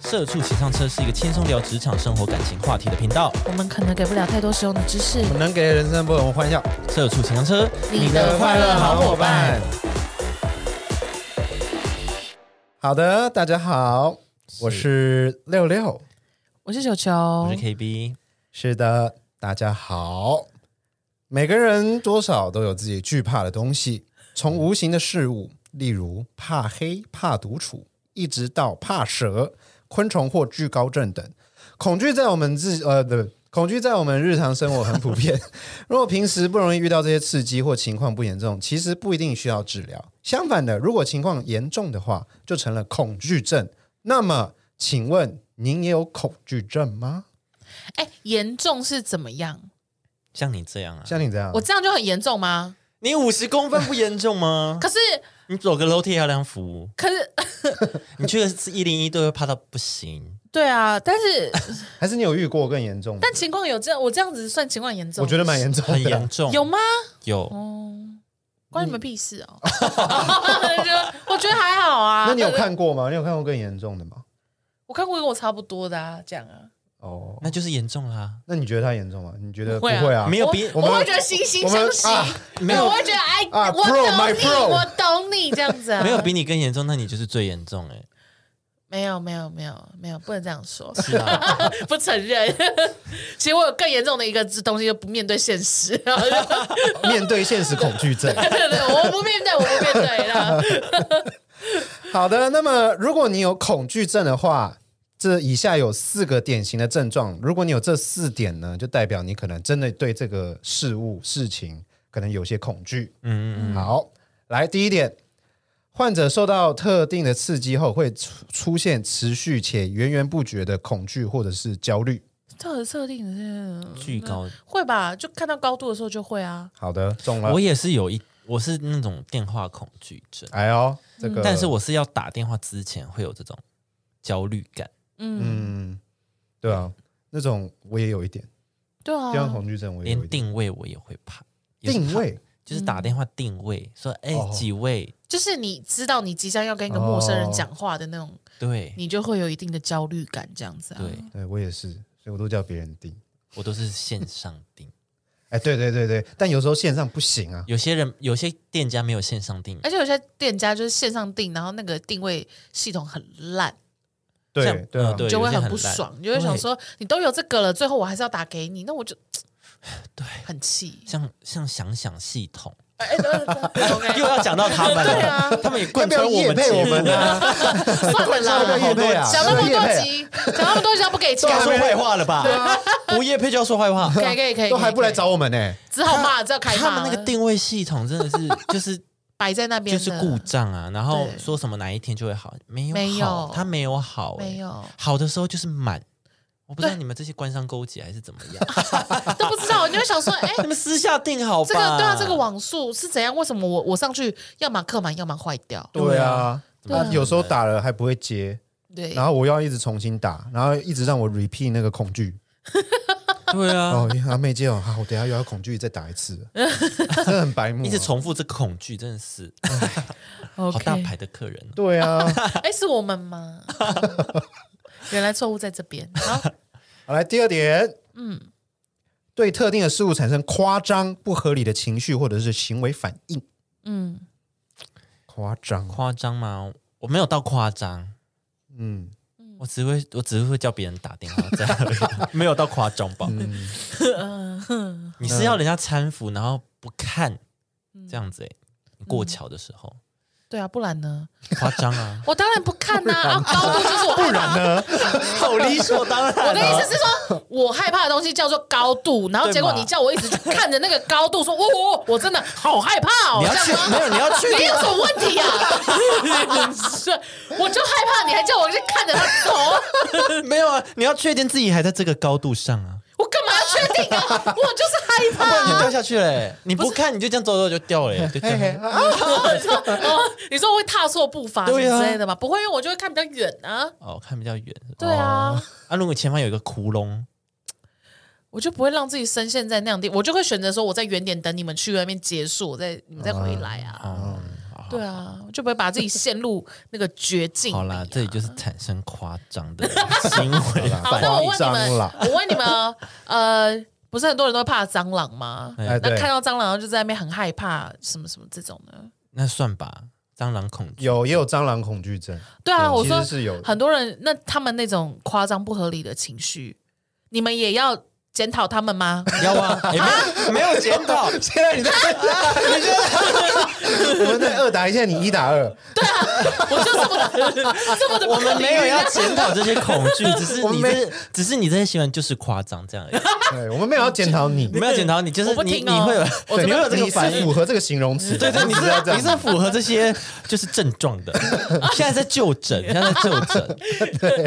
社畜请上车是一个轻松聊职场、生活、感情话题的频道。我们可能给不了太多实用的知识。能给人生不容欢笑。社畜请上车，你的快乐好伙伴。好的，大家好，我是六六。我是球球，我是 KB。是的，大家好。每个人多少都有自己惧怕的东西，从无形的事物，例如怕黑、怕独处，一直到怕蛇、昆虫或惧高症等。恐惧在我们自呃的恐惧在我们日常生活很普遍。如果平时不容易遇到这些刺激或情况不严重，其实不一定需要治疗。相反的，如果情况严重的话，就成了恐惧症。那么，请问您也有恐惧症吗？哎，严重是怎么样？像你这样啊，像你这样我，这样就很严重吗？你五十公分不严重 吗？可是，你走个楼梯还要量服，可是， 你去一零一都会怕到不行。对啊，但 是，还是你有遇过更严重的？但情况有这样，我这样子算情况严重？我觉得蛮严重的，很严重，啊有吗？有，哦，关你们屁事哦！ 就我觉得还好啊。 那你有可是？看过吗？你有看过更严重的吗？我看过跟我差不多的啊，这样啊，哦，那就是严重啦。那你觉得他严重吗？你觉不得不会啊会啊？没有比我我们我会觉得惺惺我们相惜啊，对没有我会觉得哎，啊我，bro，my 懂你， bro 我懂你这样子啊，没有比你更严重，那你就是最严重 哎。没有没有没有没有，不能这样说。是啊， 不承认。其实我有更严重的一个东西，就不面对现实。 然后就面对现实恐惧症。对对，我不面对，我不面对 了。好的，那么如果你有恐惧症的话，这以下有四个典型的症状。如果你有这四点呢，就代表你可能真的对这个事物、事情可能有些恐惧。嗯嗯好，来第一点，患者受到特定的刺激后，会出出现持续且源源不绝的恐惧或者是焦虑。这个设定嗯，是巨高。会吧？就看到高度的时候就会啊。好的，懂了我。也是有一，我是那种电话恐惧症，哎呦，这个，但是我是要打电话之前会有这种焦虑感。嗯，嗯，对啊，那种我也有一点，对这样啊。恐惧症我也有连一点。定位我也会怕，也是定怕位就是打电话定位，说哎、哦几位，就是你知道你即将要跟一个陌生人讲话的那种，对你就会有一定的焦虑感，这样子啊。对，，对我也是，所以我都叫别人定。我都是线上订。哎，对对对对，但有时候线上不行啊。有些人有些店家没有线上订，而且有些店家就是线上订，然后那个定位系统很烂，像对对啊呃，对就会有些很不烂爽，你就会想说你都有这个了，最后我还是要打给你，那我就对很气。像像想想系统， 哎，对对对 OK 又要讲到他们了，对啊他们也要贯不要穿我业们配我们 啊，啊？算了要不要啦，业配啊？讲那么要不要多业配集，讲那么多集他不给钱都，要啊啊说坏话了吧？啊不业配就要说坏话。可以可以可以，都还不来可以，找我们呢。只好骂，只好开他骂们那了。个定位系统真的是就是摆在那边就的是故障啊，然后对说什么哪一天就会好，没有没有好，它没有好、欸没有好的时候就是满，我不知道对你们这些官商勾结还是怎么样， 都不知道，你会想说，哎，你们私下定好吧？这个对啊，这个网速是怎样？为什么我我上去要么刻满，要么坏掉？对啊，对啊他有时候打了还不会接，对然，后我要一直重新打，然后一直让我 repeat 那个恐惧。对啊， 哦，他没接哦，好，我等一下又要恐惧再打一次，真的很白目啊。一直重复这个恐惧，真的是好大牌的客人、哦。对啊，哎，是我们吗？ 原来错误在这边。好，好，来第二点，嗯，对特定的事物产生夸张、不合理的情绪或者是行为反应，嗯，夸张，夸张吗？我没有到夸张，嗯，我只会我只是会叫别人打电话这样而已， 没有到夸张吧？嗯嗯 你是要人家搀扶，然后不看这样子哎、嗯你过桥的时候对啊，不然呢？，夸张啊我当然不看呐，啊，高度就是我不然呢？好理所当然、啊我的意思是 说，我害怕的东西叫做高度，然后结果对嘛你叫我一直去看着那个高度，说，我 我我真的好害怕哦，你这要样去吗？没有你要去你有什么问 题啊？是，我就害怕，你还叫我去看着他走，没有啊？你要确定自己还在这个高度上啊，我干嘛要确定 啊？我就是害不然你怕。掉下去嘞、你不看你就这样走走就掉了、欸，就这样哦，你说我会踏错步伐什么对啊之类的吗？不会，因为我就会看比较远啊。 哦，看比较远。对啊，啊，如果前方有一个窟窿，我就不会让自己深陷在那样的地，我就会选择说我在原点等你们去外面结束，我再你们再回来啊。哦，好对啊，就不会把自己陷入那个绝境里啊、好啦，这里就是产生夸张的行为 好啦好，那反应。我问你们蟑螂，我问你们哦，呃，不是很多人都会怕蟑螂吗？哎哎，那对看，到蟑螂然后就在那边很害怕，什么什么这种呢？那算吧，蟑螂恐惧。有也有蟑螂恐惧症，对啊，有我其说实是有的很多人，那他们那种夸张不合理的情绪，你们也要检讨他们吗？要啊，也没有没有检 讨，现在你在，你现在，我们在二打一，现在你一打二，我就这么的这么的不我可们理没有喻要检讨这些恐惧，只是我你们没这只是你这些行为就是夸张这样而已，对，我们没有要检讨你，没有检讨你，就是我不你听你哦会有 我对你会有这个你反是应。符合这个形容词的，对对，你只要这是样你是符合这些就是症状的， 现在在就诊，现在在就 诊。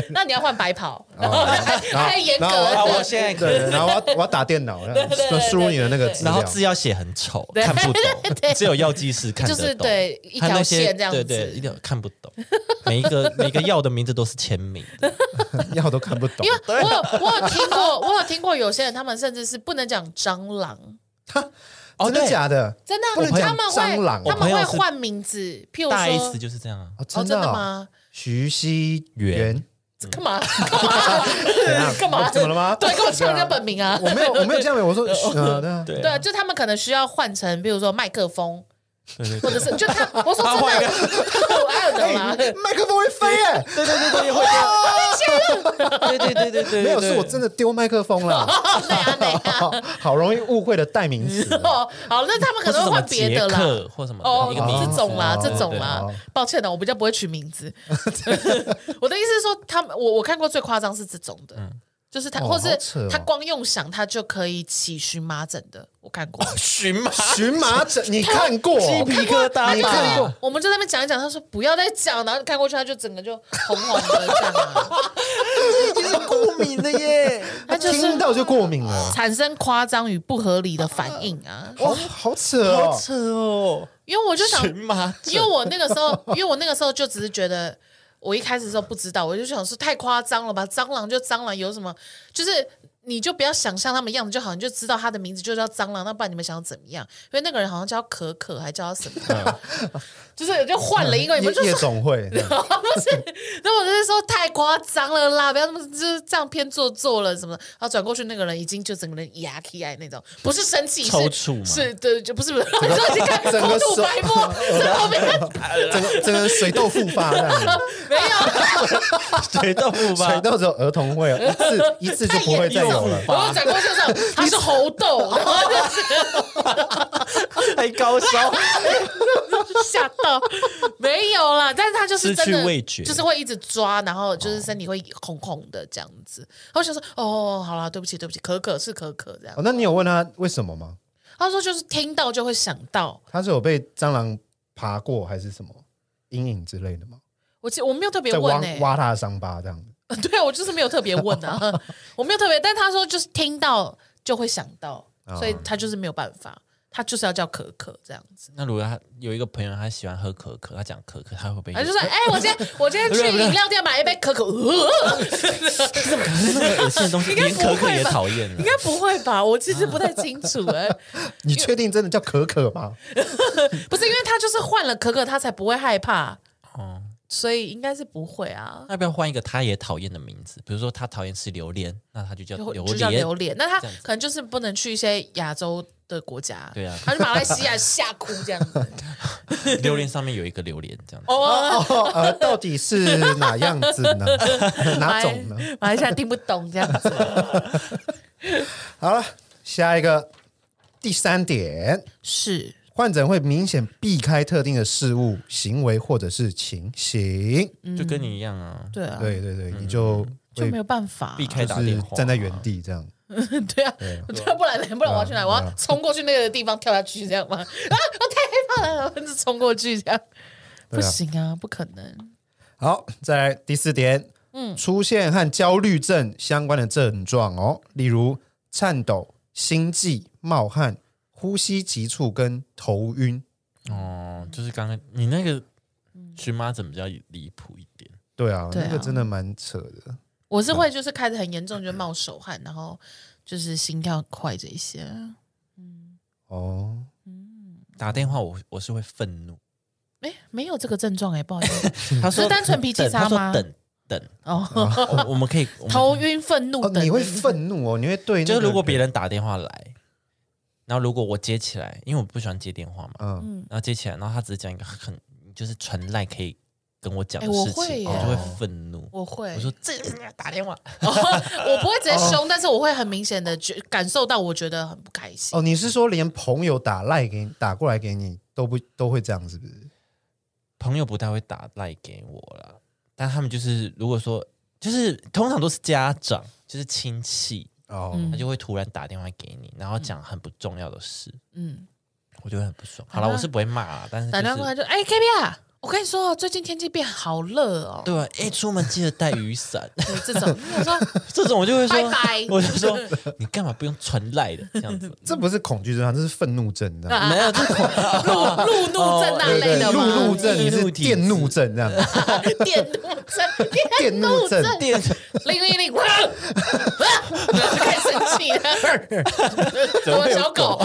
那你要换白袍， 然 后还然后还严格然后啊，的哦我现在可以对，对然后我要我要打电脑，然对后对输入你的那个资然后料，字要写很丑，对看不对懂，只有药剂师看就得懂。是对一还有那条些线这样对对，一子。定看不懂。每一 个每个药的名字都是签名的，药都看不懂因，为我有我有听过，我有听过有些人他们甚至是不能讲蟑螂，哦真的对假的？真的不能他讲们蟑螂会他我朋们友会是换名字，譬如大说 S 就是这样啊。哦，哦，真的的哦？吗？徐熙媛媛干 嘛？干嘛？干嘛？哦怎么了吗？对，跟我唱人对 家啊本名啊。我没有，我没有这样的，我说，呃对啊，对对，就他们可能需要换成，比如说麦克风，对对或对者是就他，我说真的， 我爱的 啦。哎麦克风会飞哎，对对对，也会这样。 对对对对对，没有，是我真的。的丢麦克风了，哦，对啊，对啊。好容易误会的代名词。哦，好，那他们或可是能什会么换别杰的啦。克或什么哦的，一个名这字啊种啦，哦这种啦对对，抱歉啊的，我比较不会取名 字。我的意思是说，他们我我看过最夸张是这种的，嗯就是他，哦或是好扯哦他光用想他就可以起荨麻疹的，我看过。 荨麻荨麻疹，你看过？哦鸡皮疙瘩你看过吧？我们就在那边讲一讲，他说不要再讲，然后看过去他就整个就红红的这样啊，过敏的 耶！他就是听到就过敏了，产生夸张与不合理的反应啊。哇，好扯好哦！扯哦， 因为我就想，荨麻疹因为我那个时候，因为我那个时候就只是觉得，我一开始的时候不知道，我就想说太夸张了吧，蟑螂就蟑螂有什么，就是你就不要想象他们样子就好，你就知道它的名字就叫蟑螂，那不然你们想要怎么样？因为那个人好像叫可可，还叫他 什么，就是就换了一个，你夜们就夜说 总会，不是，那我就是说太夸张了啦，不要那么就是这样偏做作了什么的。然后转过去那个人已经就整个人牙起来那种，不是生气，是抽搐吗是对，就不是不是， 就已经开始整个口吐手白 沫，在旁边整个整个水痘复发这样 子，没有，水痘复 水发，痘只有儿童会，哦一次 一次就不会再有了。我又转过去 说他是猴痘，然后还高烧。就吓到，没有啦， 但是他就是真失的去味觉就是会一直抓，然后就是身体会红红的这样子。然后我想说哦，好啦，对不起对不起，可可是可可这样哦，。那你有问他为什么吗？他说就是听到就会想到。他是有被蟑螂爬过还是什么阴影之类的吗？我其实我没有特别在挖问诶、挖他的伤疤这样子。对我就是没有特别问啊， 我没有特别，但他说就是听到就会想到，啊所以他就是没有办法，他就是要叫可可这样子。那如果他有一个朋友，他喜欢喝可可，他讲可可，他会不会他就说：“哎、我今天我今天去饮料店买一杯可可，呃、 那个恶心的东西，应该连不会可可也吧讨厌了应。该不会吧？我其实不太清楚哎、你确定真的叫可可吗？不是因为他就是换了可可，他才不会害怕，哦，所以应该是不会啊。那要不要换一个他也讨厌的名字？比如说他讨厌吃榴莲，那他就叫就会榴就叫莲。榴莲，那他这样子可能就是不能去一些亚洲的国家，对啊他去马来西亚 吓哭这样 子。榴莲上面有一个榴莲，这 样子。哦，哦，呃，到底是哪样子 呢？哪种呢？马来西亚听不懂这样 子。好了，下一个第三点，是，患者会明显避开特定的事物、行为或者是情形。嗯就跟你一样啊，对啊，对对对，你就就会没有办法、啊避开就打电是话，啊站在原。地这样。 对啊，对啊，不然呢？不然我要去哪？我啊要冲过去那个地方跳下去这样吗？啊， 我太害怕了，然后就冲过去这样。对不啊行啊，不可能！好，再来第四点，嗯，出现和焦虑症相关的症状哦，例如颤抖、心悸、冒汗、呼吸急促跟头晕。哦，就是刚刚你那个荨麻疹比较离谱一点，对啊，对啊那个真的蛮扯的。我是会就是开始很严重，就冒手汗，然后就是心跳很快这一些。嗯哦，打电话我我是会愤怒，哎，没有这个症状哎，不好意思，他是说单纯脾气等差他说吗等等， 哦，我我们可以，我 们头晕、愤怒哦，等，你会愤怒哦，你会对那个就是如果别人打电话来，然后如果我接起来，因为我不喜欢接电话嘛，嗯然后接起来，然后他只是讲一个很就是传赖可以跟我讲的哎我事会情，耶我就会愤怒。我会，我说这个人打电话，我不会直接哦凶，但是我会很明显的觉感受到，我觉得很不开心。哦，你是说连朋友打赖给你打过来给你都不都会这样，是不是？朋友不太会打赖给我啦，但他们就是如果说就是通常都是家长，就是亲戚，哦，嗯他就会突然打电话给你，然后讲很不重要的事，嗯，我就会很不爽。好了，啊我是不会骂啦，但是打就电话过是来就哎 K B 啊，我跟你说，最近天气变好热哦。对啊，哎，出门记得带雨伞，对，这种 我说这种我就会说，拜拜我就 说你干嘛不用传赖的这样子？这不是恐惧症啊，这是愤怒症，这样。嗯没有，这哦路啊路怒症那对类的对，累啊吗？路怒症，你易是怒体质电怒症 这样，电怒症，电怒症， 电零零零，哇哇开始生气 了，躲小狗。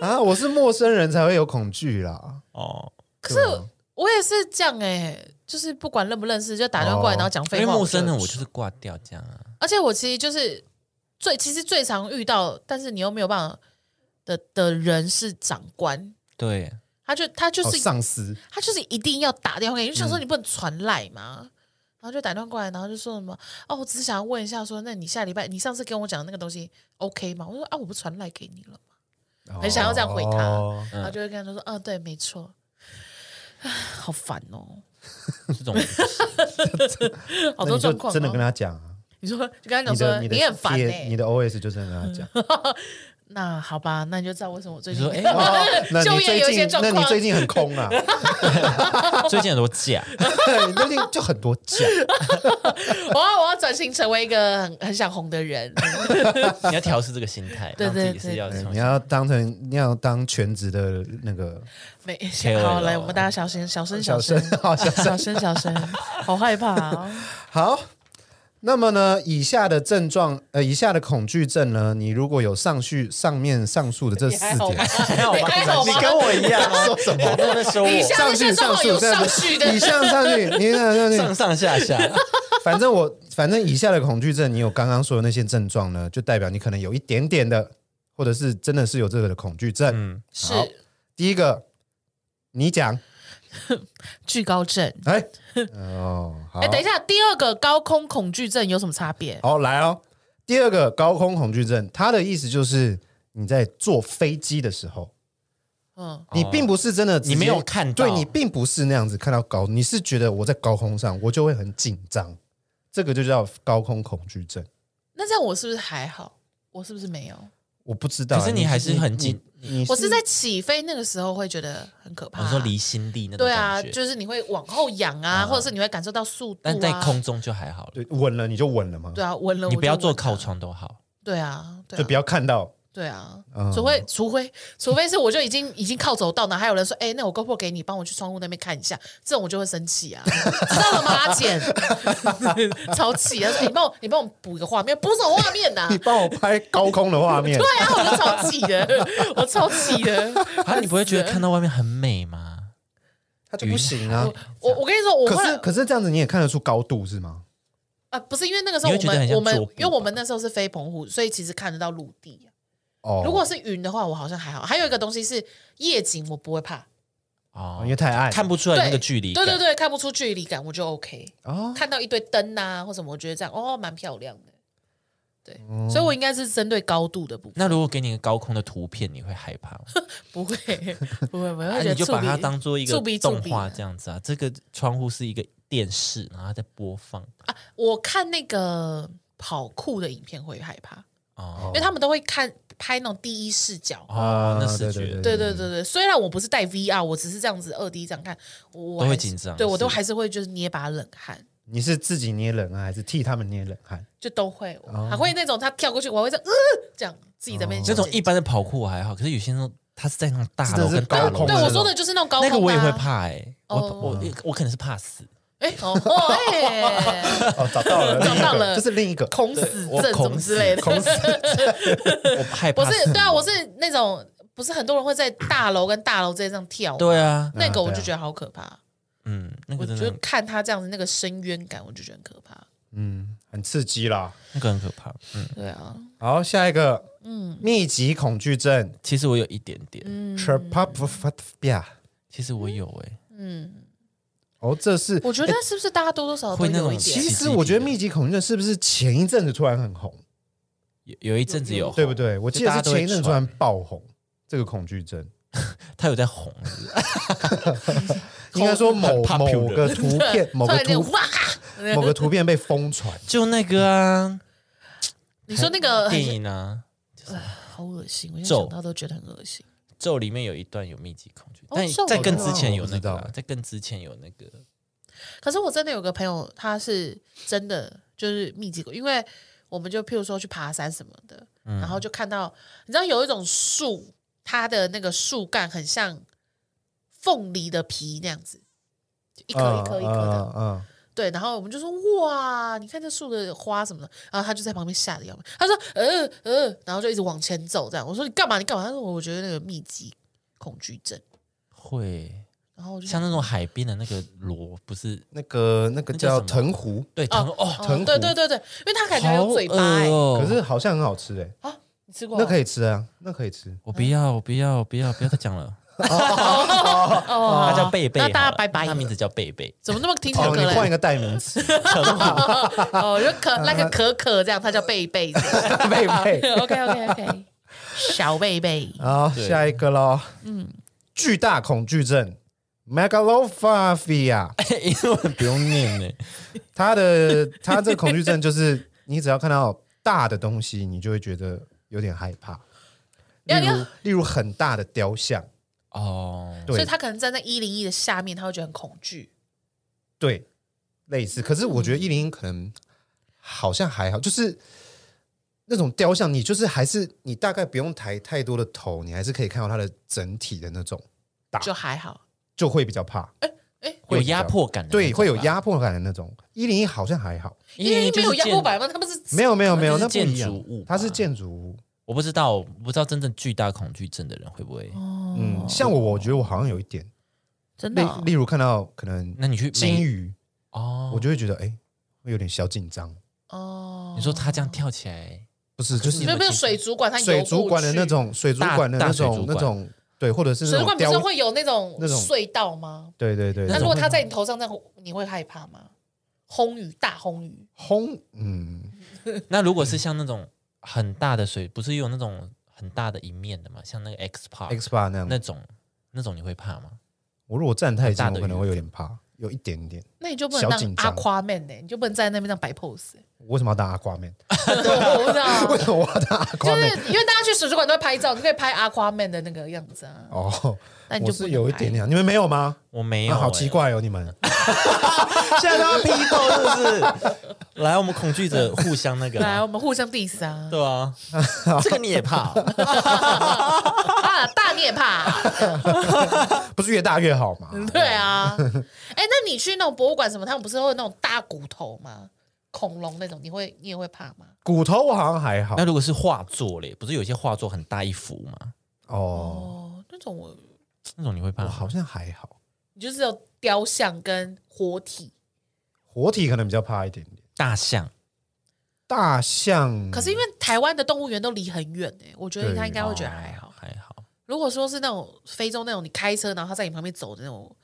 啊，我是陌生人才会有恐惧啦。哦，可是我也是这样哎，就是不管认不认识，就打电话过来，哦然后讲因废为话。陌生人就我就是挂掉这样啊。而且我其实就是最其实最常遇到，但是你又没有办法的的人是长官，对，他就他就哦，是、上司，他就是一定要打电话给你，就嗯想说你不能传赖嘛。然后就打电话过来，然后就说什么哦，我只是想要问一下说，那你下礼拜你上次跟我讲的那个东西 OK 吗？我说啊，我不传赖给你了吗？很想要这样回他哦然后就会跟他说，嗯、对，没错。唉好烦哦，这 种好 那多你就状况、哦。真的跟他讲啊，你说，就跟他讲你说的的很烦贴哎、你的 OS 就真的跟他讲。那好吧，那你就知道为什么我最你近说哎，哦 那就你业最有一些近，状那况你最近很 空啊，最近很多假，你最近就很多假。我要我要转型成为一个很很想红的人， 你要调试这个心态，对让自己对是对要对重欸你新要当成你要当全职的那个没 KOL 好来，我们大家小声小声小声生，好像小声小声，好害怕啊！好。那么呢，以下的症状，呃，以下的恐惧症呢，你如果有上述上面上述的这你四还好啊吗 点，？你还好你吗？跟我一样啊，说什么？在那说你我下上面去现在上正好去，有再上不去的你上上去， 你上上上去，上下 下，反正我反正以下的恐惧症，你有刚刚说的那些症状呢，就代表你可能有一点点的，或者是真的是有这个的恐惧 症。嗯，是好第一个，你讲，惧高症。哎，哦，好，哎，等一下，第二个高空恐惧症有什么差别？好来哦。第二个高空恐惧症，它的意思就是你在坐飞机的时候，嗯，你并不是真的直哦接，你没有看到对你并不是那样子看到高，你是觉得我在高空上，我就会很紧张，这个就叫高空恐惧症。那这样我是不是还好？我是不是没有？我不知道啊，可是你还是很紧你，你我是在起飞那个时候会觉得很可怕。我说离心力那种对啊，感觉，就是你会往后仰啊，或者是你会感受到速度啊。但在空中就还好了，对稳了你就稳了嘛，对啊，稳了我你就不要稳坐了靠。窗都好，对啊，对啊就不要看到对啊，嗯除非除非除非是我就已经 已经靠走道，然后还有人说，哎、那我 GoPro 给你，帮我去窗户那边看一下，这种我就会生气啊， 知道了吗，阿简？ 超气！他说，哎你帮我你帮我补一个画面，补什么画面呐、 你帮我拍高空的 画面啊对。啊，我就超气的， 我超气的。 啊，你不会觉得看到外面很美吗？他就不行啊。我我跟你说，我后可来是可是这样子你也看得出高度是吗？啊，不是因为那个时候你我会觉得很们像我们桌布吧因为我们那时候是飞澎湖，所以其实看得到陆地。啊哦，如果是云的话，我好像还好。还有一个东西是夜景，我不会怕，哦哦因为太暗看不出来对那个距离，对对，对，看不出距离感，我就 OK。哦，看到一堆灯啊或什么，我觉得这样哦，蛮漂亮的。对，所以我应该是针对高度的部分，那如果给你个高空的图片，你会害怕吗？不 会不会不会，啊我你觉得就触把它鼻当做一个触鼻触动鼻画的这样子啊。这个窗户是一个电视，然后它在播放啊。我看那个跑酷的影片会害怕，哦因为他们都会看拍那种第一视角。哦，那啊视对对觉对对对对，虽然我不是戴 VR，我只是这样子二 D 这样看，都我会还是紧张对我都是还是会就是捏把冷汗，你是自己捏冷汗还是替他们捏冷 汗？就都会，还会那种他跳过去，我还会这样，呃，这样自己在那边哦那种尖一般的跑酷我还好，可是有些那种它是在那种大楼真的跟是大高楼空对那我种说的就是那种高空、啊，那个我也会怕哎，我哦我我可能是怕 死，哎哦哦哎，哦，找到了，找到另一个了这是另一个恐死我症什恐么死之类的。恐死。我害我怕是对啊，我是那种不不是很多人会在大楼跟大楼之间这样跳吗？对啊，那个我啊对啊就觉得好可怕，嗯，那我个真就的看他这样子那个深渊感，我就觉得很可怕。嗯，很刺激啦。那个很可怕。嗯，对啊，好，下一个，嗯，密集恐惧症其实我有一点点，嗯 t r p a p h b i a 其实我有哎、哦，这是我觉得是不是大家多多少少都会那有种一奇点其？实我觉得密集恐惧症是不是前一阵子突然很红，有有一阵子有，嗯对不？对？我记得大家是都会前一阵子突然爆红，这个恐惧症他有在红是不是应该说某很某 popular 个图 片、某突个然间图、哇！某个图片被疯传，就那个啊，你说那个电影啊，好恶心，我现在咒想到都觉得很恶心。咒里面有一段有密集恐惧，哦但咒在我更知道之前有我那知个道啊、在更之前有那个，可是我真的有个朋友，他是真的就是密集恐，因为我们就譬如说去爬山什么的，嗯然后就看到，你知道有一种树，它的那个树干很像凤梨的皮那样子，就 一一颗一颗一颗的。嗯，对，然后我们就说哇，你看这树的花什么的，然后他就在旁边吓得要命，他说呃呃，然后就一直往前走这样。我说你干嘛你干嘛？他说我觉得那个密集恐惧症，会然后我就像想那种海边的那个螺，不是那个那个那叫叫什么藤壶，对，他们哦，哦藤对壶对对对，因为他感觉还好有嘴巴哎、恶哦，可是好像很好吃哎，啊，你吃过？那可以吃啊，那可以吃。我不要，我不要，我不要，不要再讲了。哦，他叫贝贝，那好大家了拜拜。他名字叫贝贝，怎么那么听起来哦，你换一可个代名词， 哦，就可那个可可这样，他叫贝贝。贝贝。 OK OK OK，小贝贝。好，对下一个喽。嗯，巨大恐惧症 （megalophobia）， 因为我不用念呢。它的 它这个恐惧症就是，你只要看到大的东西，你就会觉得有点害怕。例要要如，例如很大的雕像，哦，所以对他可能站在一零一的下面，他会觉得很恐惧。对，类似。可是我觉得一零可能好像还好，就是那种雕像，你就是还是你大概不用抬太多的头，你还是可以看到它的整体的那种，就还好。就会比较怕。哎，有压迫感的那种吧，对，会有压迫感的那种。一零一好像还好，因为就没是有压迫建感吗？他们是没有没有没有，它那就是不一样建筑物吧它是建筑物。我不知道，我不知道真正巨大恐惧症的人会不会？嗯，像我，我觉得我好像有一点，哦真例的哦例如看到可能那你去金美鱼，哦我，就会觉得哎，会有点小紧张。哦你说他这样跳起来，不是，就是你有没有水族馆？他游水过族馆的去那，种水族馆的大那大水族种那馆种，对，或者是水那族馆种不是雕，会有那种那种隧道吗？对对对，那那如种果他在你头上这样，你会害怕吗？轰雨，大轰雨，轰，嗯，那如果是像那种很大的水，不是有那种很大的一面的嘛？像那个 X Park X 八那样那。种那种，你会怕吗？我如果站太近，大我的可能鱼会有点怕，有一点点。那你就不小能当紧阿张夸 man 呢、你就不能在那边这样摆 pose、我为什么要当阿瓜面？我不知为道，什么 我要当阿瓜就面？是因为大家去水族馆都会拍照，你可以拍阿夸 man 的那个样子啊。哦，但你我就不是能有一拍点啊点，你们没有吗？我没有、啊，好欸奇， 怪哦，你们。现在都要批斗是不是？来，我们恐惧者互相那个来，啊，哎我们互相 diss 啊！ 对啊，这个你也怕哦、啊，大你也 怕？不是越大越好吗？对啊。哎，那你去那种博物馆什么，他们不是会有那种大骨头吗？恐龙那种，你会你也会怕吗？骨头我好像还 好 那如果是画作嘞，不是有些画作很大一幅吗？哦，哦，那种我那种你会怕我吗？好像还好，你就只有雕像跟活体，活体可能比较怕一点点。大象大象，可是因为台湾的动物园都离很远哎，我觉得他应该会觉得还好哦。还好。如果说是那种非洲那种，你开车然后他在你旁边走的那种，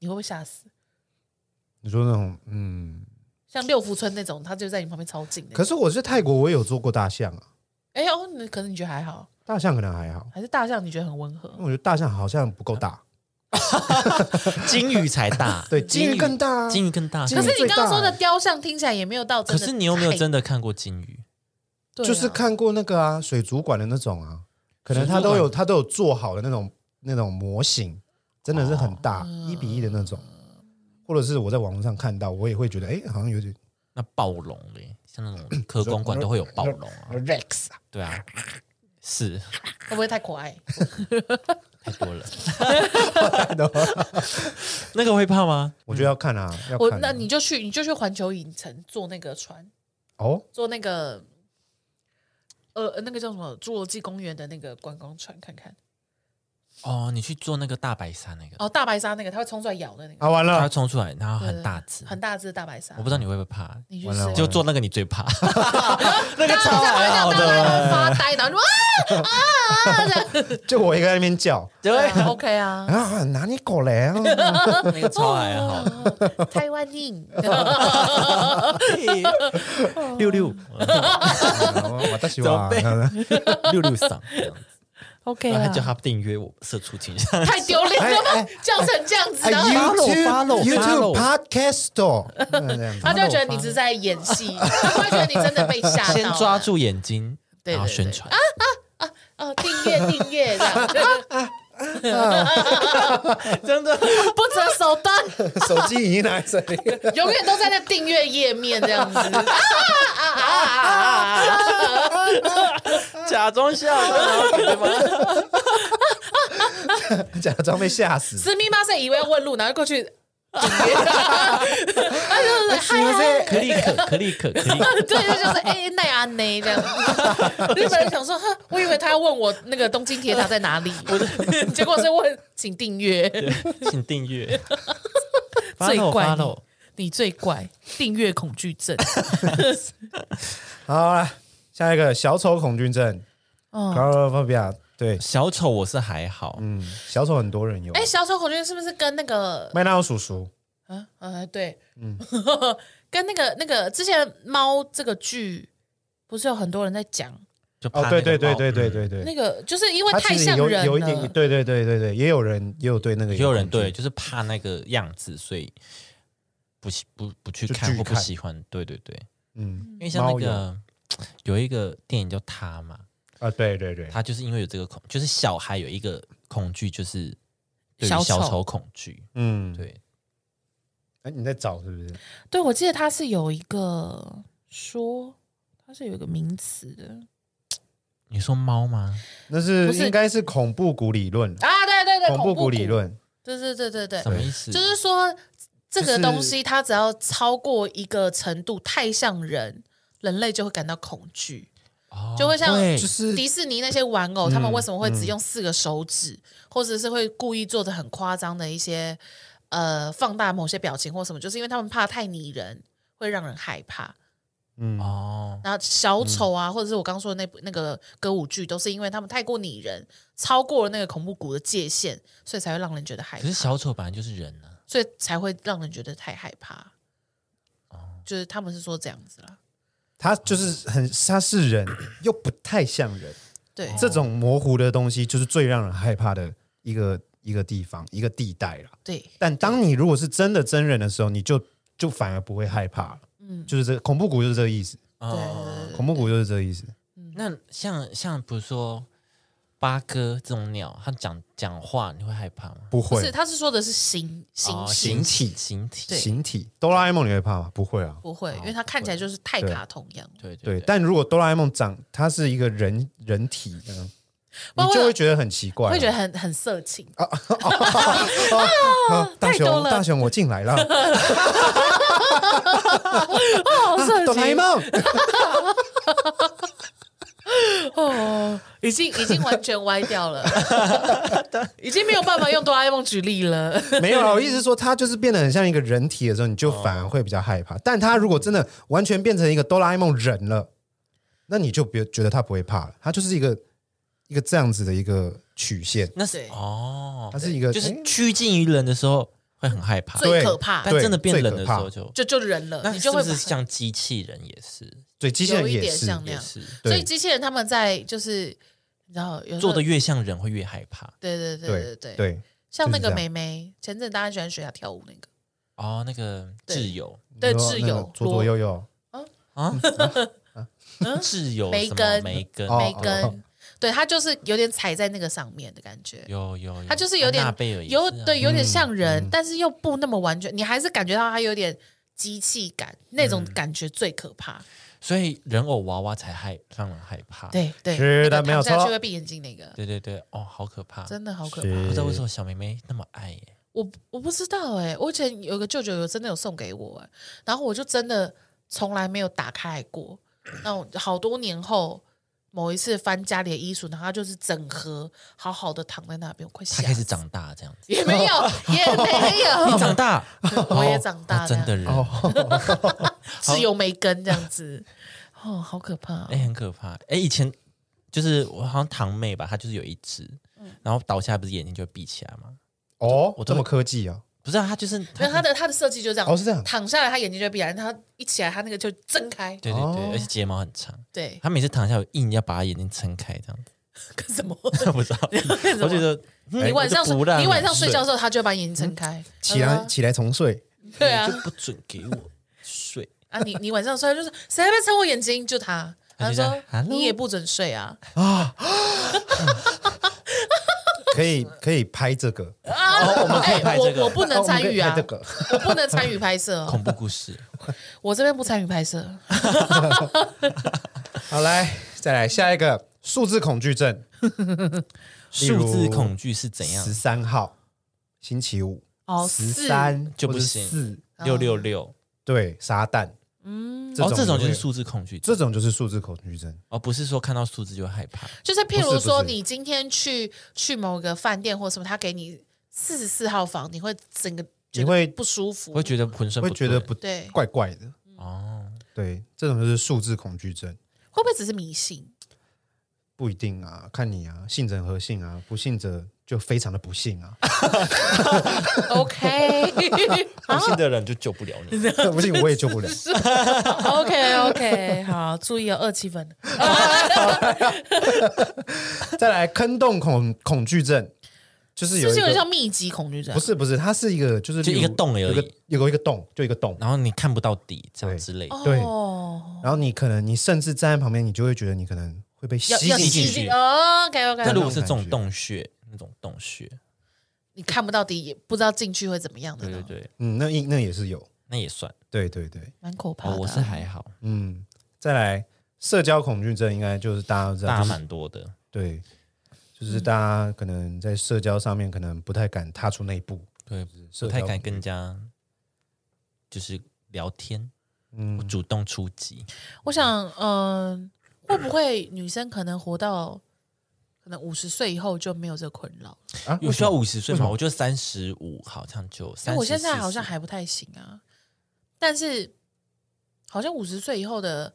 你会不会吓死？你说那种，嗯，像六福村那种，他就在你旁边超近的。可是我去泰国，我也有做过大象啊，哎哦，你可能你觉得还好，大象可能还好，还是大象你觉得很温和因？为我觉得大象好像不够大，啊金鱼才大， 对，金鱼更大啊，金鱼更大。金可鱼可是是你刚刚说的雕像听起来也没有到真可的是你有没有太真的看过金鱼？对啊就是看过那个啊，水族馆的那种啊，可能它都有，它都有做好的那种那种模型，真的是很大，哦一比一的那种，或者是我在网络上看到，我也会觉得，哎，好像有点那暴龙嘞，像那种科公馆都会有暴龙啊，哦 Rex 啊，对啊，是会不会太可爱？太多了。 那个会怕吗？ 我觉得要看啊，啊要我看啊。那你就去你就去环球影城坐那个船，哦，坐那个呃那个叫什么侏罗纪公园的那个观光船看看。哦，你去做那个大白鲨那个，哦，大白鲨那个它会冲出来咬的那个，啊，完它了会，冲出来，然后对哦很大只，很大只的大白鲨我不。知道你会不会怕，你去完试了，完了就做那个你最 怕，那个超啊好的，大家都发啊呆，然后就啊啊这样就我一个在那边叫对，啊，OK 啊，啊，哪里狗嘞？啊那个超还好， 台湾硬，六 六我的希望怎么六六嗓这样子， OK 然后啊还，叫他订阅我社畜倾向，太丢脸了哎吧？叫成这样子，哎然后，follow，follow， ，YouTube YouTube follow Podcast Store，嗯这样子他就会觉得你只是在演戏，他会觉得你真的被吓到。先抓住眼睛，啊对然后对啊宣对传，哦，订阅订阅这样，真的不择手段，手机已经拿在这里，永远都在那订阅页面这样子。啊啊啊啊啊！假装笑， 假装被吓死。私密妈是以为问路，然后过去订阅，他就是哎是不是可立可可立 可可立可，对，对，就是哎奈安呢 这样。日本人想说，哈，我以为他要问我那个东京铁塔在哪 里， 结果是问请订阅，对请订阅最，follow 怪 follow，你最怪，订阅恐惧 症。好了，下一个小丑恐惧症哦 c l a u r o p h o b 对，小丑我是还好，嗯，小丑很多人有。哎，小丑恐惧症是不是跟那个麦当劳叔叔，啊啊对，嗯 跟那个那个之前猫这个剧，不是有很多人在讲就怕哦，对那个对对猫对对嗯对对，那个，就是因为他太其实像有人有一点，了。对对对对对，也有人也有对那个也有人恐惧对，，就是怕那个样子，所以不喜不不去就看拒或不看喜欢。对对对，嗯因为像猫那个有一个电影叫《他》嘛，啊，对对对，他就是因为有这个恐，就是小孩有一个恐惧，就是对于小小丑丑恐惧。嗯，对，哎，你在找是不是？对，我记得它是有一个说，它是有一个名词的你说猫吗？那不是是应该是恐怖谷理论，啊，对对对，恐怖谷谷理，论，对对对对对，什么意思？就是说这就个东是西它只要超过一个程度，太像人，人类就会感到恐惧。哦就会像对就是迪士尼那些玩偶，他们嗯为什么会只用四个手嗯指，或者是会故意做的很夸张的一些呃放大某些表情或什么，就是因为他们怕太拟人，会让人害怕。嗯，哦，然后小丑啊，嗯或者是我刚说的那部那个歌舞剧，都是因为他们太过拟人，超过了那个恐怖谷的界限，所以才会让人觉得害可怕是，小丑本来就是人啊。所以才会让人觉得太害怕。就是他们是说这样子啦，他就是很，他是人又不太像人，对，这种模糊的东西就是最让人害怕的一个一个地方一个地带啦。对，但当你如果是真的真人的时候，你就就反而不会害怕了。嗯，就是这恐怖谷就是这个意思，哦，恐怖谷就是这个意思。那像像比如说八哥这种鸟，它讲讲话你会害怕吗？不不是，会，他是说的是形形哦式，形体形体，形体哆啦 A 梦你会怕吗？不会啊。不会，因为它看起来就是太对卡通样。对对，但如果哆啦 A 梦长它是一个人人体，嗯不你会就会觉得很奇怪啊，会觉得很很色情，啊大太多雄了大雄我进 来了，好色哆啦 A 情 梦，哦，已经已经完全歪掉 了，已经没有办法用哆啦 A 梦举例了。没有啊，我意思是说，它就是变得很像一个人体的时候，你就反而会比较害嗯怕。但它如果真的完全变成一个哆啦 A 梦人了，那你就别觉得它不会怕了，它就是一个一个这样子的一个曲线，那是对哦它，是一个就是诶趋近于人的时候会很害怕，最对可怕但对真的变最冷可的时怕候就就就人了，那你是就会不是把像机器人也是对机器人有一也点是像那也样是所以对机器人他们在就是，你知道有时候做的越像人会越害怕对对对对对对对像那就是这个样梅梅，前阵大家喜欢学她跳舞那个，哦。那个对挚友对你说挚那个友左左右右啊， 挚友嗯梅什么根梅根哦梅根，对她就是有点踩在那个上面的感觉，有有，有他就是有点安娜贝尔也有是啊对有点像人，嗯但是又不那么完全，你还是感觉到他有点机器感，那种嗯感觉最可怕。所以人偶娃娃才害让人害怕。对对，是那个的没有躺下去错啊会闭眼睛那个，对对对，哦，好可怕！真的好可怕。是不知道为什么小妹妹那么爱耶，我我不知道哎、我以前有个舅舅有真的有送给我、欸，然后我就真的从来没有打开过。那我好多年后，某一次翻家里的衣橱，然后他就是整盒好好的躺在那边，我快吓他死。开始长大这样子，也没有，也没 你有，长大，我也长大哦这样，真的人，是有没根这样子， 哦，好可怕哦、哎、很可怕。哎、以前就是我好像堂妹吧，她就是有一只，嗯然后倒下不是眼睛就会闭起来吗？哦，我都这么科技啊！不是啊，她就是没有他的他的设计就这样，哦是这样躺下来他眼睛就会闭起来，他一起来他那个就睁开，对对对，哦而且睫毛很长， 对，她每次躺下我硬要把她眼睛撑开这样子，干什么？不知道，干什么我觉得、嗯你晚上我就不让睡，你晚上了睡觉的时候，他就会把眼睛睁开，嗯起来啊起来重睡，对啊你就，不准给我睡。啊，你你晚上睡，他就说谁还没撑我眼睛，就他，他他就这说样 “Hello 你也不准睡啊，可以可以拍这个，啊，哦我们可以拍哎我这个我不能参与啊哦我们可以拍这，个我不能参与拍摄哦，恐怖故 事，我这边不参与拍摄，好来，再来下一个数字恐惧症，数字恐惧是怎样十？三号星期五，哦，十是三就不行四，六六六，对，撒旦，嗯，哦，这种也就会是，数字恐惧，这种就是数字恐惧症，哦，不是说看到数字就害怕，就是譬如说，不是不是你今天去去某个饭店或什么，他给你四十四号房，你会整个觉你得会不舒服，会觉得浑身会觉得对不对怪怪的，哦，对，这种就是数字恐惧症，会不会只是迷信？ 不一定啊，看你啊，信者何信啊，不信者就非常的不 信啊， OK 不信的人就救不了啊你。不信我也救不了， OK OK，好，注意哦，二七分。再来坑洞恐恐惧症，就是是不有一是有点个。像密集恐惧症？不，是不是，它是一个就是就例如一个洞而已有个有一个洞，就一个洞，然后你看不到底，这样之类的。对哦，然后你可能你甚至站在旁边，你就会觉得你可能会被吸要要吸进进吸去进。OK 那如 OK，果是这种洞穴，那种洞穴，你看不到底，也不知道进去会怎么样的对对呢，对，嗯，那一那也是有，那也算。对对对，蛮可怕哦，的。我是还好，嗯，再来社交恐惧症，应该就是大家都知道，大家就是蛮多的。对，就是大家可能在社交上面可能不太敢踏出那一步，对，社不太交敢跟人家就是聊天，嗯我主动出击。我想，嗯、会不会女生可能活到可能五十岁以后就没有这个困扰？啊，有需要为什么五十岁吗？我觉得三十五好像就因三为十。哎我现在好像40还不太行啊，但是好像五十岁以后的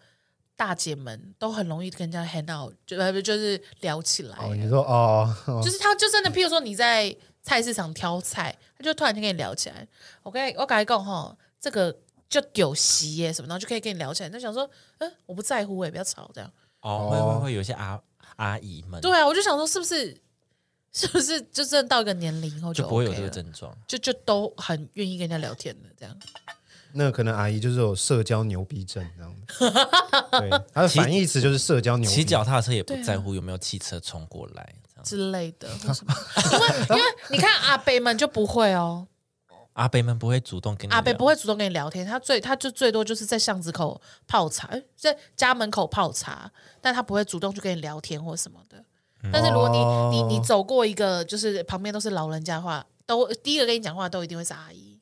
大姐们都很容易跟人家 hang out，就呃就是聊起来、欸哦，你说哦，哦就是他就真嗯的，譬如说你在菜市场挑菜，他就突然间跟你聊起来。我跟你我跟你讲哈，这个就有席耶什么，然后就可以跟你聊起来。你就想说，嗯、我不在乎哎、不要吵这样。哦，会会会有一些阿阿姨们，对啊，我就想说，是不是是不是就真的到一个年龄以后就不会 OK 有这个了，症状。就就都很愿意跟人家聊天的这样。那可能阿姨就是有社交牛逼症这样子， 对，她的反义词就是社交牛逼，骑脚踏车也不对啊在乎有没有汽车冲过来，这样之类的，或什么？因为因为你看阿北们就不会哦，阿伯们不会主动跟你阿北聊不会主动跟你聊天，他最他就最多就是在巷子口泡茶，哎在家门口泡茶，但他不会主动去跟你聊天或什么的。但是如果你、你你走过一个就是旁边都是老人家的话，都第一个跟你讲话都一定会是阿姨，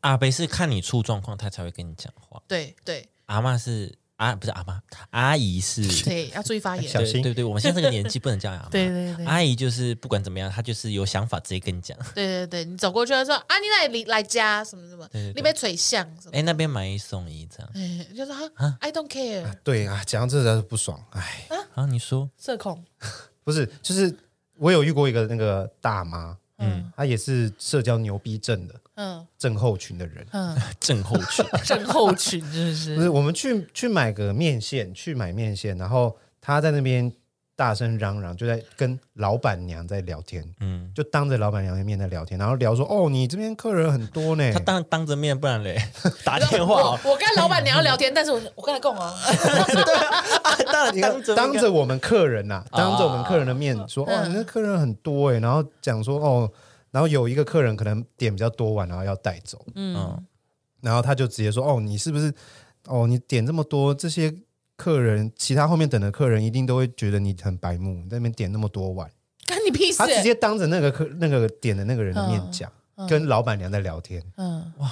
阿伯是看你出状况，他才会跟你讲话。对对阿嬷是阿、不是阿嬷，阿姨是。对，要注意发言。小心对对对，我们现在这个年纪不能叫阿嬷。 对对对阿姨就是不管怎么样，她就是有想法直接跟你讲。对对对，你走过去他说啊，你来你来家什么什么，对对对你被吹像什么，哎，那边买一送一这样哎，就说啊，I don't care，对啊，讲到这才不爽，哎，啊？你说社恐，不是，就是我有遇过一个那个大妈，嗯嗯，她也是社交牛逼症的嗯症候群的人。嗯，症候群症候群是不嗯是？不是，我们去去买个面线，去买面线，然后她在那边大声嚷嚷，就在跟老板娘在聊天，嗯，就当着老板娘的面在聊天，然后聊说：“哦，你这边客人很多呢。她 当当着面，不然嘞打电话哦。我我跟老板娘要聊天，但是我我跟她共哦，啊当然你当看”着当面着我们客人呐、哦当着我们客人的面说：“哦，嗯你那客人很多哎。”然后讲说：“哦，然后有一个客人可能点比较多碗，然后要带走。”嗯，然后他就直接说：“哦，你是不是？哦，你点这么多，这些客人，其他后面等的客人一定都会觉得你很白目，你在那边点那么多碗。干你屁事他！直接当着那个客那个点的那个人的面讲，跟老板娘在聊天。嗯，他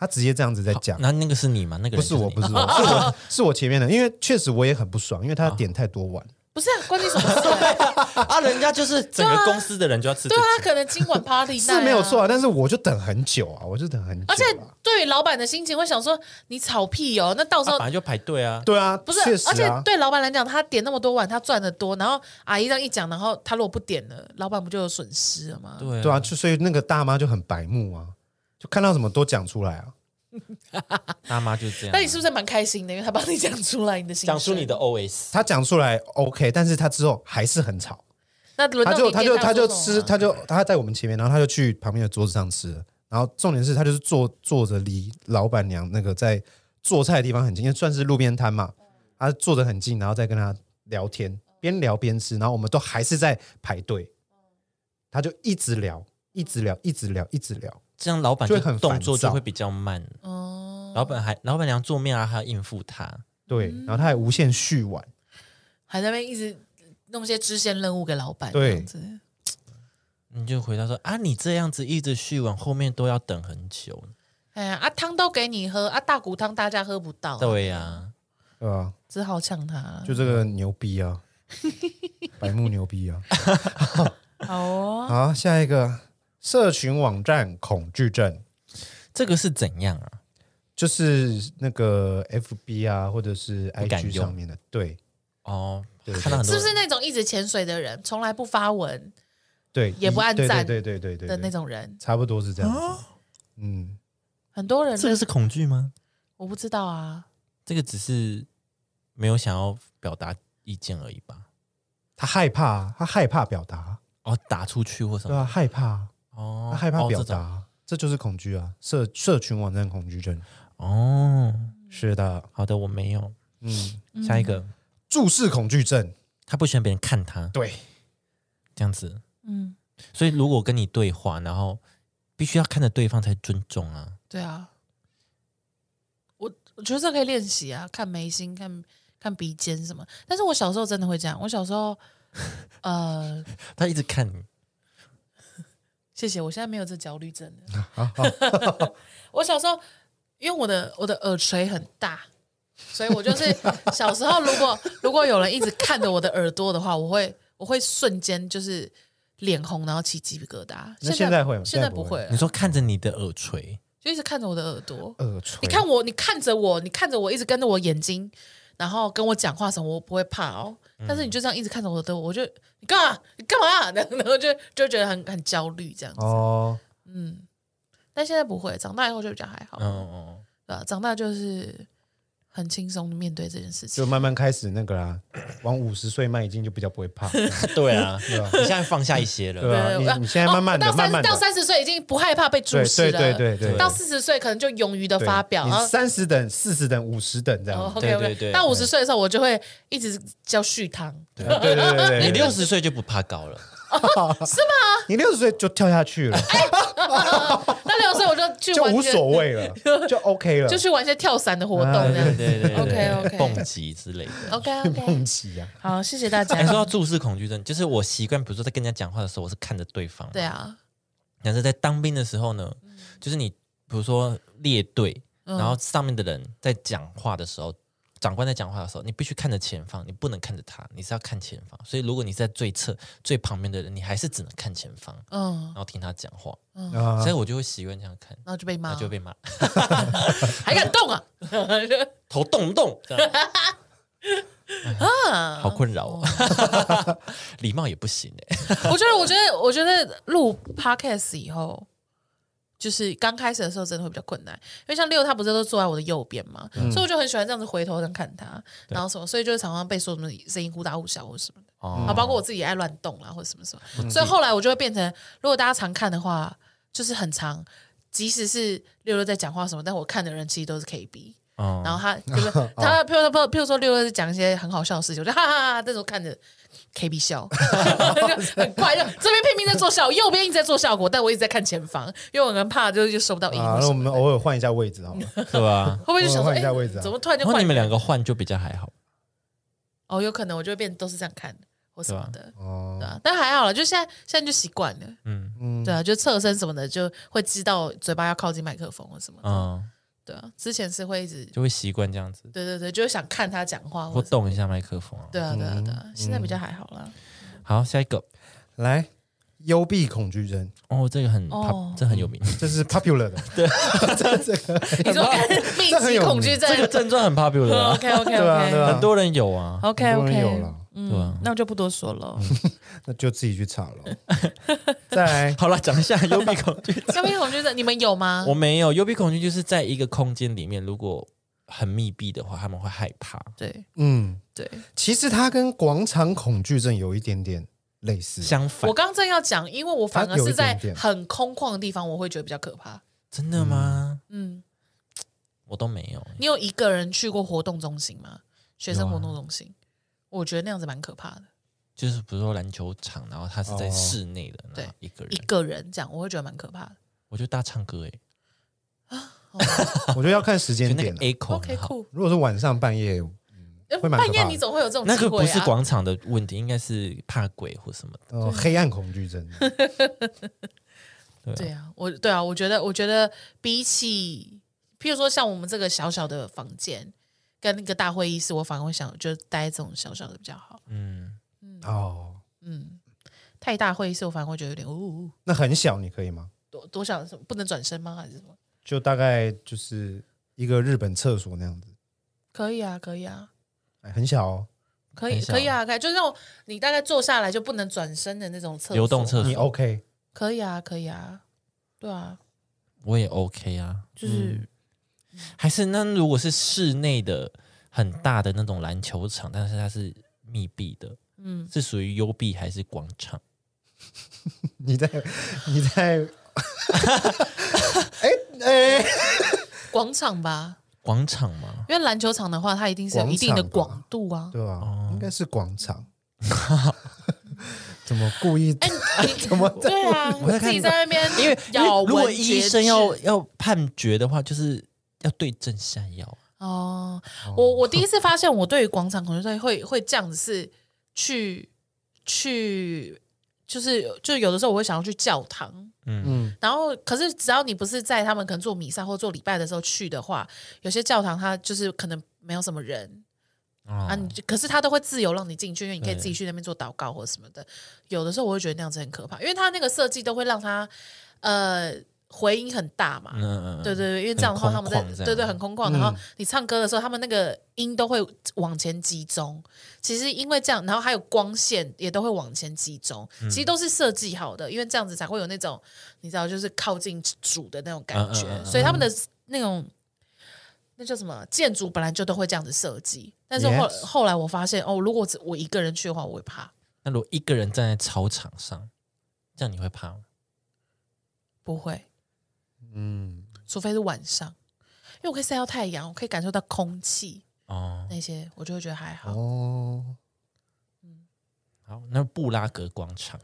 他直接这样子在讲，那那个是你吗？那个人不是就我，你不是我，是我 是我前面的，因为确实我也很不爽，因为他点太多碗，不是、啊、关你什 么事、啊？啊，人家就是整个公司的人就要吃这对个啊，他可能今晚 party 是没有错啊。啊，但是我就等很久啊，我就等很久啊，而且对于老板的心情，会想说你吵屁哦，那到时他候本来就排队啊，对啊，不是确，实而且啊，对老板来讲，他点那么多碗，他赚的多，然后阿姨这样一讲，然后他如果不点了，老板不就有损失了吗？对对啊，就所以那个大妈就很白目啊，就看到什么都讲出来啊，大妈就是这样啊。那你是不是蛮开心的？因为他帮你讲出来你的心声，讲出你的 OS？她讲出来 OK，但是她之后还是很吵，那轮到他就你他点就他他就说什吃，么他就他在我们前面，然后他就去旁边的桌子上吃了。然后重点是他就是坐坐着离老板娘那个在做菜的地方很近，因为算是路边摊嘛，他坐着很近，然后再跟他聊天，边聊边吃，然后我们都还是在排队，他就一直聊，一直聊，一直聊，一直聊，这样老板就就会很动作烦躁就会比较慢。哦，老板还老板娘做面啊，还要应付他。对，嗯然后他还无限续碗，还在那边一直弄些支线任务给老板，对这样子你就回答说啊，你这样子一直续完，后面都要等很久。哎呀，啊汤都给你喝，啊大骨汤大家喝不哦到，啊对呀、对吧？只好呛他了。就这个牛逼啊， 白目牛逼啊！好哦，好，下一个社群网站恐惧症。这个是怎样啊？就是那个 FB 啊，或者是不敢 IG 用上面的，对哦，对对看到很是多不是那种一直潜水的人，从来不发文对，也不按对赞对对对对的对那对，种人？差不多是这样子。嗯，很多人这个是恐惧吗？我不知道啊，这个只是没有想要表达意见而已吧？他害怕，啊他害怕表达，哦，打出去或什对么？啊，害怕，哦他，害怕哦表。这种嗯达，这就是恐惧啊，社社群网站恐惧症。哦，是的，好的，我没有。嗯，下一个，注视恐惧症，他不喜欢别人看他对，这样子，嗯，所以如果跟你对话，然后必须要看着对方才尊重啊。对啊，我我觉得这可以练习啊，看眉心，看看鼻尖什么。但是我小时候真的会这样，我小时候，呃，他一直看你，谢谢，我现在没有这焦虑症了。 我小时候因为我的我的耳垂很大，所以我就是小时候如果如果有人一直看着我的耳朵的话，我会我会瞬间就是脸红，然后起鸡皮疙瘩。那现现在会吗现在现在不不会你了，说看着你的耳垂，就一直看着我的耳朵。耳垂，你看我，你看着我，你看着我，一直跟着我眼睛，然后跟我讲话什么，我不会怕哦。但是你就这样一直看着我的，我就你干嘛？你干嘛？ 然后然后就就觉得很很焦虑这样子。哦，但现在不会，长大以后就比较还好，嗯嗯嗯，对吧、啊长大就是很轻松的面对这件事就情。慢慢开始那个啦，往五十岁迈进就比较不 会怕， 对啊，你现在放下一些了，对啊，对你啊你现在慢慢哦的，到慢慢三的到，三十岁已经不害怕被注对视对了，对对对，到四十岁可能就勇于的发表，你然后三十等、四十等、五十等这样。哦子。 OK 对对 OK，对到五十岁的时候我就会一直叫续汤， 对对对对 对，你六十岁就不怕高了，你六十岁就跳下去了，哎那六十岁我就去就玩无一些所谓了，啊就 OK 了，就去玩一些跳伞的活动这样对子。对对啊 OK，OK 啊蹦极之类的。哎 OK 梦 OK，奇呀。好，谢谢大家哎你。说到注视恐惧症，就是我习惯，比如说在跟人家讲话的时候，我是看着对方，对啊，但是在当兵的时候呢，就是你比如说列队，嗯然后上面的人在讲话的时候，长官在讲话的时候，你必须看着前方，你不能看着他，你是要看前方。所以如果你是在最侧、最旁边的人，你还是只能看前方，嗯然，后听他讲话。啊所以我就会习惯这样看，然后就被那骂，就被骂，还敢 动啊？头动不动？这嗯样哎好困扰哦， 礼貌也不行哎。 我觉得，我觉得，我觉得录 podcast 以后，就是刚开始的时候真的会比较困难，因为像六他不是都坐在我的右边嘛，所以我就很喜欢这样子回头这样看他，然后什么，所以就是常常被说什么声音忽大忽小或什么的，啊、哦，包括我自己也爱乱动啦或者什么什么，哦所以后来我就会变成，如果大家常看的话，就是很常，即使是六六在讲话什么，但我看的人其实都是 KB。然哦，后他 就是他，譬如说，譬如说六六是讲一些很好笑的事情，我就哈哈哈哈，那时候看着 K B 笑，就很快就这边拼命在做效，右边一直在做效果，但我一直在看前方，因为我很怕就是就收不到音或，啊那什我么。们偶尔换一下位置 好了。对吧？会不会就想说，换一哎下位置啊，怎么突然就然后换你们两个换就比较还好，哦，有可能我就会变都是这样看或什么的，哦对，啊，但还好了，就现在现在就习惯了，嗯对啊，就侧身什么的就会知道嘴巴要靠近麦克风或什么的，嗯，对啊，之前是会一直，就会习惯这样子，对对对，就是想看他讲话或或者，动一下麦克嗯风啊。对啊对啊对啊，现在比较还好啦。好，下一个来，幽闭恐惧症，哦，这个很哦这很有名，这是 popular 的，对， 这个你说看密这很集有恐惧症 哦这个症状很 popular，啊，OK OK 对啊 OK 对啊，很多人有啊。 OK 很多人 OK，有了，对啊嗯，那我就不多说了。嗯 那就自己去查了。再来，好了，讲一下幽闭恐 惧症。消费恐惧症你们有吗我？没有幽闭恐惧，就是在一个空间里面，如果很密闭的话，他们会害怕。对嗯，对，其实它跟广场恐惧症有一点点类似，相反嗯我，刚刚正要讲，因为我反而它有一是在点点很空旷的地方，我会觉得比较可怕。真的吗？嗯，我都没有欸、你有一个人去过活动中心吗？学生有啊活动中心，我觉得那样子蛮可怕的。就是比如说篮球场，然后他是在哦室内的，对那一个一人，个人这样，我会觉得蛮可怕的。哦我就大唱歌哎、 我觉得要看时就间那点个啊。 echo 很 OK 哦好。 cool，如果是晚上半夜，呃会蛮可怕半的夜你总会有这种那机个会不啊是广场的问题，应该是怕鬼或什么的。呃，黑暗恐惧症，对啊，我对啊，我觉得我觉得比起，譬如说像我们这个小小的房间。跟那个大会议室，我反而会想，就待在这种小小的比较好。嗯，哦，嗯，太大会议室，我反而会觉得有点呜呜，呜那很小，你可以吗？多多想什么不能转身吗？还是什么？就大概就是一个日本厕所那样子，可以啊，可以啊，哎很小哦，可以，很小可以啊，可以，就是那种你大概坐下来就不能转身的那种厕所，流动厕你 OK？可以啊，可以啊，对啊，我也 OK 啊。嗯就是、还是那如果是室内的很大的那种篮球场，但是它是密闭的，嗯，是属于幽闭还是广场？你在你 在，哎哎，广场吧，广场吗？因为篮球场的话，它一定是有一定的广场广度啊。对吧？应该是广 场，怎么故意？哎， 你怎么对啊，在看自己在那边因为因咬为文如果嚼医字生要要判决的话，就是要对症下药啊。哦，我我第一次发现我对于广场恐惧症会会这样子是去去。就是，就有的时候我会想要去教堂，嗯，然后，可是只要你不是在他们可能做弥撒或做礼拜的时候去的话，有些教堂它就是可能没有什么人啊啊，你就可是它都会自由让你进去，因为你可以对自己去那边做祷告或什么的。有的时候我会觉得那样子很可怕，因为它那个设计都会让它呃回音很大嘛。嗯嗯，对嗯对对，因为这样的话，很他空们在旷这样嗯对对很空旷，然后你唱歌的时候，他们那个音都会往前集中。其实因为这样，然后还有光线也都会往前集中，嗯其实都是设计好的，因为这样子才会有那种你知道，就是靠近主的那种感觉。嗯嗯嗯嗯所以他们的那种那叫什么建筑本来就都会这样子设计，但是后 Yes 后来我发现哦，如果只我一个人去的话，我会怕，那如果一个人站在操场上，这样你会怕吗？不会，嗯，除非是晚上，因为我可以晒到太阳，我可以感受到空气哦，那些，我就会觉得还好。哦，好，那布拉格广场，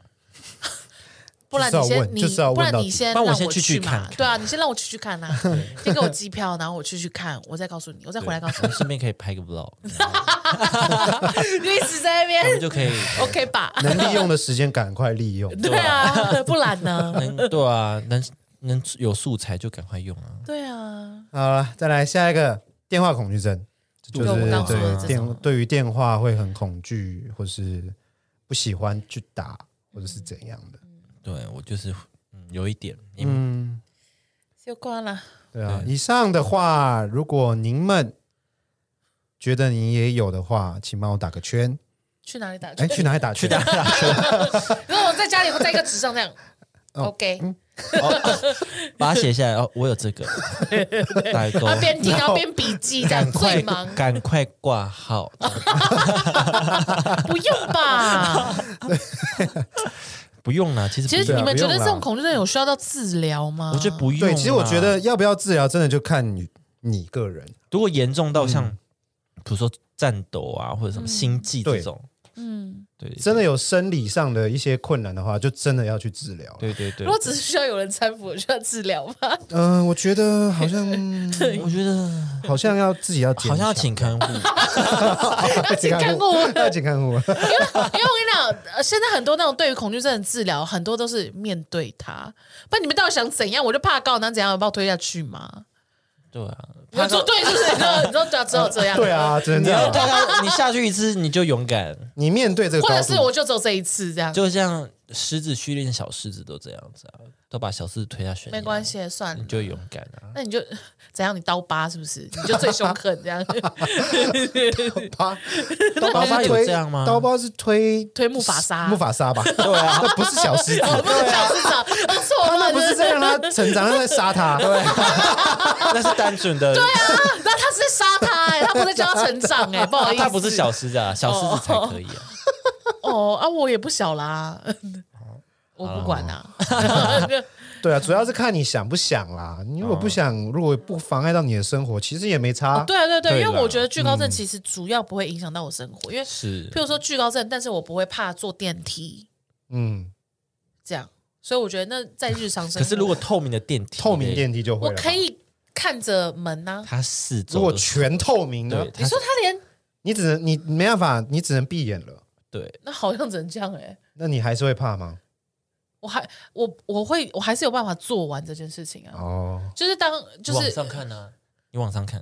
不然就你是要先问你就是要问不然到你底先不然让我先去去去嘛，看看对啊，你先让我去去看 啊，先给我机票，然后我去去看，我再告诉你，我再回来告诉我们顺便可以拍个 vlog，你，你一直在那我们边就可以 OK 吧？能利用的时间赶快利用， 对啊，不然 呢？能对啊，能能有素材就赶快用啊。对啊，好了，再来下一个电话恐惧症，就对是我刚说的对这电种对于电话会很恐惧，或是不喜欢去打，或者是怎样的。对我就是嗯有一点，因为嗯，就关了。对啊。以上的话，如果您们觉得您也有的话，请帮我打 个圈。去哪里打？啊哎，去哪里打圈？去哪如果我在家里，我在一个纸上这样。OK，把它写下来哦，我有这 个代沟，然后边听，然然后后边笔记，这样赶快最忙，赶快挂号， 不用吧？不用啦，其实不 其实用你对啊们觉得不用啦这种恐惧症有需要到治疗吗？我觉得啊不用啦。 对，其实我觉得要不要治疗，真的就看你你个人。如果严重到嗯像比如说战斗啊或者什么心悸这种，嗯，对，对真的有生理上的一些困难的话，就真的要去治疗。对对对如，果只是需要有人搀扶，需要治疗吗？嗯、我觉得好像我觉得好像要自己要好像要请看护，要请看护 要请看护。 因为我跟你讲，呃现在很多那种对于恐惧症的治疗，很多都是面对它。不然你们到底想怎样？我就怕高，能怎样？把我推下去吗？对啊，你说做对是不是？你 说你说只要只有这样，对，啊，只能你这要样。大概你下去一次你就勇敢，你面对这个或高者是度，我就只有这一次这样，就像狮子训练小狮子都这样子啊，都把小狮子推下悬崖，没关，嗯系，算了你。就勇敢啊。那你就 怎样？你刀疤是不是？你就最凶狠这 样，啪刀刀疤是有推这样吗刀疤是推推木法沙，木法 沙吧？对啊，那不是小狮子，我不是小市长，我呃错他了，那不是啊在让他成长，他在杀他。对，那是单纯的，对啊，啊那他是在杀他哎，他不是叫他成长 哎，不好意思，他不是小狮子啊，小狮子才可以啊。哦啊，我也不小啦， 我不管啦， 对啊，主要是看你想不想啦。你如果不想，如果不妨碍到你的生活，其实也没差。对啊对对，对因为啦我觉得惧高症其实主要不会影响到我生活，因为是譬如说惧高症，但是我不会怕坐电梯嗯，这样，所以我觉得那在日常生可活，是如果透明的电梯，透明，电梯就会我了吧。可以看着门呐，它四周如果都是全透明呢对？你说他连你只能你没办法，你只能闭眼了。对，那好像只能这样哎。那你还是会怕吗？我还我我会我还是有办法做完这件事情啊，哦，就是当就往是上看啊，你往上看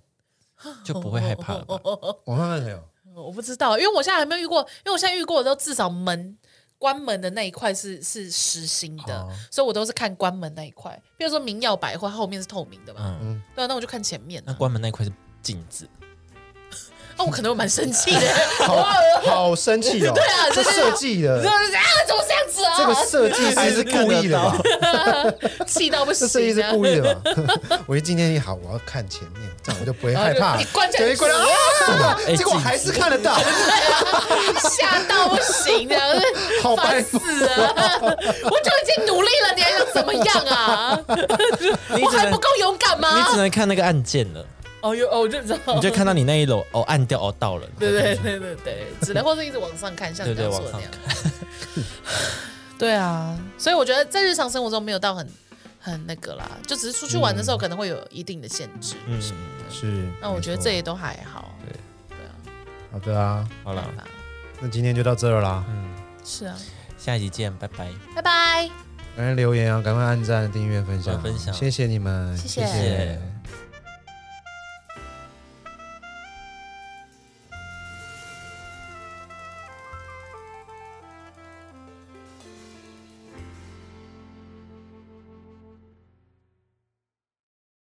就不会害怕了吧？哦我看看没有？嗯我不知道，因为我现在还没有遇过，因为我现在遇过的都至少门关门的那一块是是实心的，哦所以我都是看关门那一块。比如说明耀百货它后面是透明的嘛，嗯，对啊，那我就看前面、那啊。关门那一块是镜子，那、我可能会蛮生气的，好好生气哦！啊这这是设计我的就，是啊，怎么这样子这个啊？设计师是故意的吧？气到不这行、啊，设计是故意的 吧？我一今天一好，我要看前面，这哦样我就不会害怕。你关起来对，一关起来啊哎 结果还是看得到， 吓到不行的，好白烦目。死了！我就已经努力了，你还想怎么样啊？你我只还能不够勇敢你只吗？能看那个按键了，哦有哦，我就知道，你就看到你那一楼哦，按掉哦，到了，对对对对对，只能或是一直往上看，像你对刚对，刚说往的那上样。看， 对啊，所以我觉得在日常生活中没有到很很那个啦，就只是出去玩的时候可能会有一定的限制。嗯，是，那哦我觉得没错这也都还好。对对啊，好的啊，好没了办，法那今天就到这儿啦。嗯，是啊，下一集见，拜拜。拜拜。赶快留言啊，赶快按赞、订阅、分享，分享谢谢你们，谢谢谢谢